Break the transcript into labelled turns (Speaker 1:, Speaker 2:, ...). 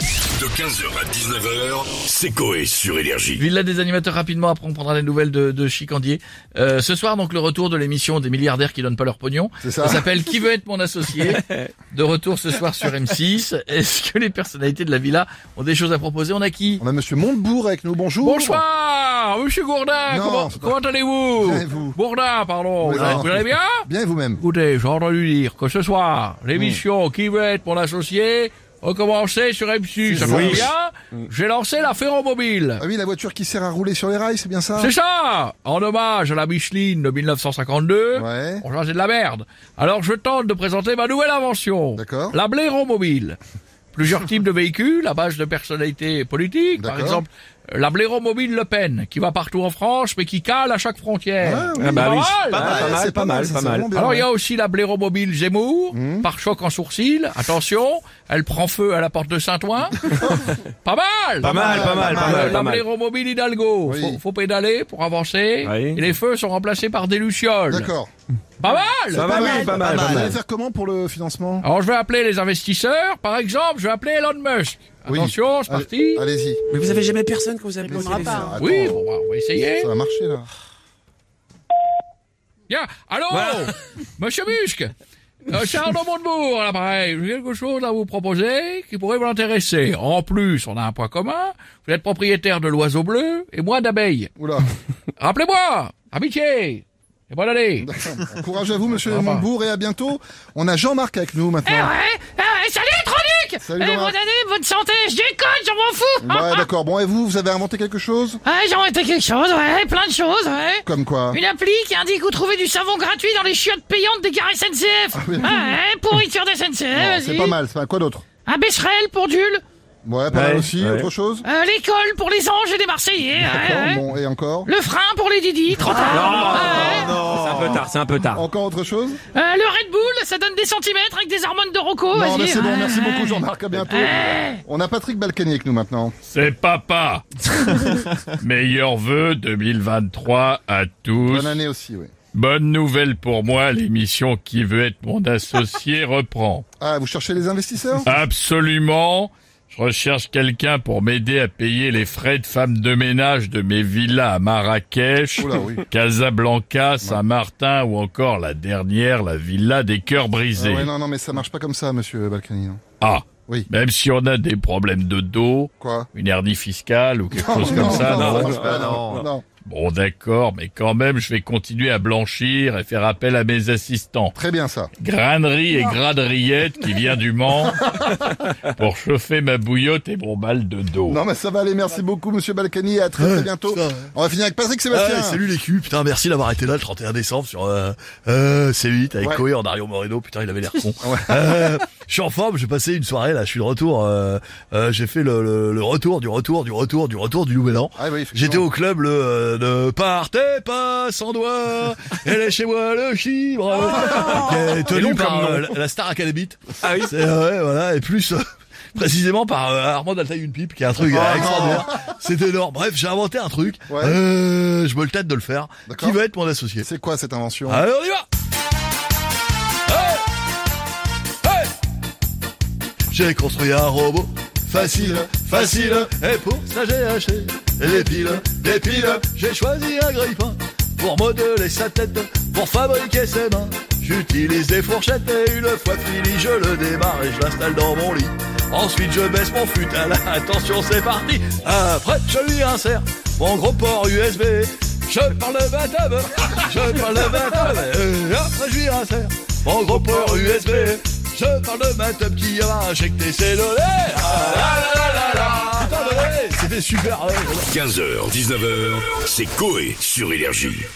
Speaker 1: De 15h à 19h, c'est Coé sur Énergie.
Speaker 2: Villa des animateurs rapidement, après on prendra des nouvelles de, de Chicandier. Euh, ce soir donc le retour de l'émission des milliardaires qui donnent pas leur pognon.
Speaker 3: C'est ça.
Speaker 2: s'appelle Qui veut être mon associé De retour ce soir sur M6. Est-ce que les personnalités de la villa ont des choses à proposer On a qui
Speaker 3: On a Monsieur Montebourg avec nous, bonjour.
Speaker 2: Bonsoir Monsieur Gourdin,
Speaker 3: Non,
Speaker 2: comment,
Speaker 3: c'est pas-
Speaker 2: comment allez-vous
Speaker 3: Bien, et vous
Speaker 2: Gourdin, pardon,
Speaker 3: Oui,
Speaker 2: vous allez-
Speaker 3: non.
Speaker 2: vous allez bien
Speaker 3: Bien et vous-même
Speaker 2: Écoutez, j'ai entendu dire que ce soir, l'émission Qui veut être mon associé recommençait sur M6. Ça
Speaker 3: C'est
Speaker 2: tombe
Speaker 3: ça.
Speaker 2: bien, j'ai lancé la ferromobile.
Speaker 3: Ah oui, la voiture qui sert à rouler sur les rails, c'est bien ça
Speaker 2: C'est ça En hommage à la Micheline de 1952,
Speaker 3: Ouais.
Speaker 2: on changeait de la merde. Alors je tente de présenter ma nouvelle invention.
Speaker 3: D'accord.
Speaker 2: La bléromobile. Plusieurs types de véhicules à base de personnalités politiques. Par
Speaker 3: D'accord.
Speaker 2: exemple, euh, la bléromobile Le Pen, qui va partout en France, mais qui cale à chaque frontière.
Speaker 3: Ah oui.
Speaker 2: C'est
Speaker 3: Ah
Speaker 2: pas
Speaker 4: bah oui,
Speaker 2: mal,
Speaker 4: c'est pas
Speaker 2: hein
Speaker 4: mal.
Speaker 3: Ouais, c'est pas mal,
Speaker 4: pas
Speaker 3: ça,
Speaker 4: mal.
Speaker 3: c'est vraiment bien.
Speaker 2: alors il y a aussi la bléromobile Zemmour, par choc en sourcil. Attention, elle prend feu à la porte de Saint-Ouen. pas mal.
Speaker 4: Pas mal, pas mal, pas mal,
Speaker 2: La
Speaker 4: pas mal.
Speaker 2: bléromobile Hidalgo.
Speaker 3: Oui.
Speaker 2: Faut, faut pédaler pour avancer.
Speaker 4: Oui.
Speaker 2: Et les feux sont remplacés par des lucioles.
Speaker 3: D'accord.
Speaker 2: Pas mal.
Speaker 4: Pas mal, pas mal, pas
Speaker 3: Vous allez
Speaker 4: mal.
Speaker 3: faire comment pour le financement
Speaker 2: Alors je vais appeler les investisseurs. Par exemple, je vais appeler Elon Musk.
Speaker 3: Oui.
Speaker 2: Attention, Ah, c'est
Speaker 3: Allez-
Speaker 2: parti.
Speaker 3: Allez-y.
Speaker 4: Mais vous avez jamais personne quand vous avez
Speaker 5: répondra pas.
Speaker 3: Attends,
Speaker 2: Oui, bon, bah, on va essayer.
Speaker 3: Ça va marcher là.
Speaker 2: Bien. Allô, Monsieur Musk. Euh, c'est Arnaud Montebourg, à l'appareil. J'ai quelque chose à vous proposer qui pourrait vous intéresser. En plus, on a un point commun. Vous êtes propriétaire de l'oiseau bleu et moi d'abeille.
Speaker 3: Oula.
Speaker 2: Rappelez-moi. Amitié. Et bonne année.
Speaker 3: D'accord. Courage à vous, Monsieur
Speaker 2: Ah bah.
Speaker 3: Montebourg, et à bientôt. On a Jean-Marc avec nous
Speaker 6: Eh
Speaker 3: maintenant.
Speaker 6: ouais, eh ouais, salut Tronic
Speaker 3: Salut, Bah,
Speaker 6: Eh,
Speaker 3: Jean-Marc.
Speaker 6: bonne année, bonne santé, je déconne, je m'en fous Ah,
Speaker 3: Ouais, d'accord. Bon, et vous, vous avez inventé quelque chose
Speaker 6: Ouais, j'ai inventé quelque chose, ouais, plein de choses, ouais
Speaker 3: Comme quoi
Speaker 6: Une appli qui indique où trouver du savon gratuit dans les chiottes payantes des gares SNCF
Speaker 3: Ah, oui.
Speaker 6: Ah, Ouais, pourriture des SNCF,
Speaker 3: Non,
Speaker 6: vas-y
Speaker 3: C'est pas mal, c'est pas quoi d'autre
Speaker 6: Un Becherel pour Dul,
Speaker 3: Ouais, pas mal
Speaker 4: Ouais,
Speaker 3: aussi.
Speaker 4: ouais.
Speaker 3: Autre chose
Speaker 6: euh, l'école pour les anges et les marseillais, ouais,
Speaker 3: D'accord,
Speaker 6: ouais.
Speaker 3: Bon, Ah. et encore
Speaker 6: Le frein pour les Didi, trop tard Ouais.
Speaker 4: C'est un peu tard, c'est un peu tard.
Speaker 3: Encore autre chose
Speaker 6: Euh, Le Red Bull, ça donne des centimètres avec des hormones de Rocco,
Speaker 3: Non,
Speaker 6: vas-y
Speaker 3: mais c'est bon,
Speaker 6: ouais,
Speaker 3: merci
Speaker 6: ouais.
Speaker 3: beaucoup Jean-Marc, à bientôt. On a Patrick Balkany avec nous maintenant.
Speaker 2: C'est papa. Meilleur vœu 2023 à tous.
Speaker 3: Bonne année aussi, oui.
Speaker 2: Bonne nouvelle pour moi, l'émission qui veut être mon associé reprend.
Speaker 3: Ah, vous cherchez les investisseurs
Speaker 2: Ah, Absolument. Je recherche quelqu'un pour m'aider à payer les frais de femme de ménage de mes villas à Marrakech,
Speaker 3: Oula, oui.
Speaker 2: Casablanca, Saint-Martin ou encore la dernière, la villa des cœurs
Speaker 3: Ah
Speaker 2: brisés.
Speaker 3: ouais, non, non, mais ça marche pas comme ça, monsieur Balkany. non.
Speaker 2: Ah,
Speaker 3: Oui.
Speaker 2: même si on a des problèmes de dos,
Speaker 3: Quoi
Speaker 2: une hernie fiscale ou quelque chose
Speaker 3: Oh Non,
Speaker 2: comme ça, non, hein.
Speaker 3: non,
Speaker 4: non,
Speaker 3: marche pas,
Speaker 4: non,
Speaker 3: non,
Speaker 4: non.
Speaker 3: non.
Speaker 2: Bon d'accord, mais quand même, je vais continuer à blanchir et faire appel à mes assistants.
Speaker 3: Très bien ça.
Speaker 2: Granerie et Gradriette qui vient du Mans pour chauffer ma bouillotte et mon bal de dos.
Speaker 3: Non, mais ça va aller, merci beaucoup, monsieur Balkany, et à très, très bientôt. On va finir avec Patrick Sébastien.
Speaker 7: Ouais, Eh, salut les cubes, putain, merci d'avoir été là le 31 décembre sur euh, euh, C8 avec
Speaker 3: Ouais.
Speaker 7: Coé en Dario Moreno, putain, il avait l'air con. Euh, je suis en forme, j'ai passé une soirée là, je suis de retour, euh, euh, j'ai fait le, le- le retour du retour du retour du retour du Nouvel An.
Speaker 3: Ah oui, effectivement.
Speaker 7: J'étais au club le euh, Ne partez pas sans doigt, elle est chez moi le chibre, qui est tenu par euh, la, la Star Academy.
Speaker 4: Ah oui.
Speaker 7: C'est ouais, voilà, et plus euh, précisément par euh, Armand Altaï une pipe, qui est un truc euh, extraordinaire. C'est énorme. Bref, j'ai inventé un truc.
Speaker 3: Ouais.
Speaker 7: Euh, je me le tâte de le faire.
Speaker 3: D'accord.
Speaker 7: Qui va être mon associé
Speaker 3: C'est quoi cette invention
Speaker 7: Allez, on y va Hey Hey J'ai construit un robot. Facile, facile, et pour ça j'ai acheté des piles, des piles, j'ai choisi un grille-pain pour modeler sa tête, pour fabriquer ses mains. J'utilise des fourchettes et une fois fini, je le démarre et je l'installe dans mon lit. Ensuite, je baisse mon futal, attention, c'est parti. Après, je lui insère mon gros port USB. Je parle de batave, je parle de batave, et après, je lui insère mon gros port USB. Je parle de ma tub qui va injecter ses données. Ah, la, la, la, la, la. hein. Putain, données, C'était super. euh,
Speaker 1: 15h, 19h, c'est Coé sur Énergie.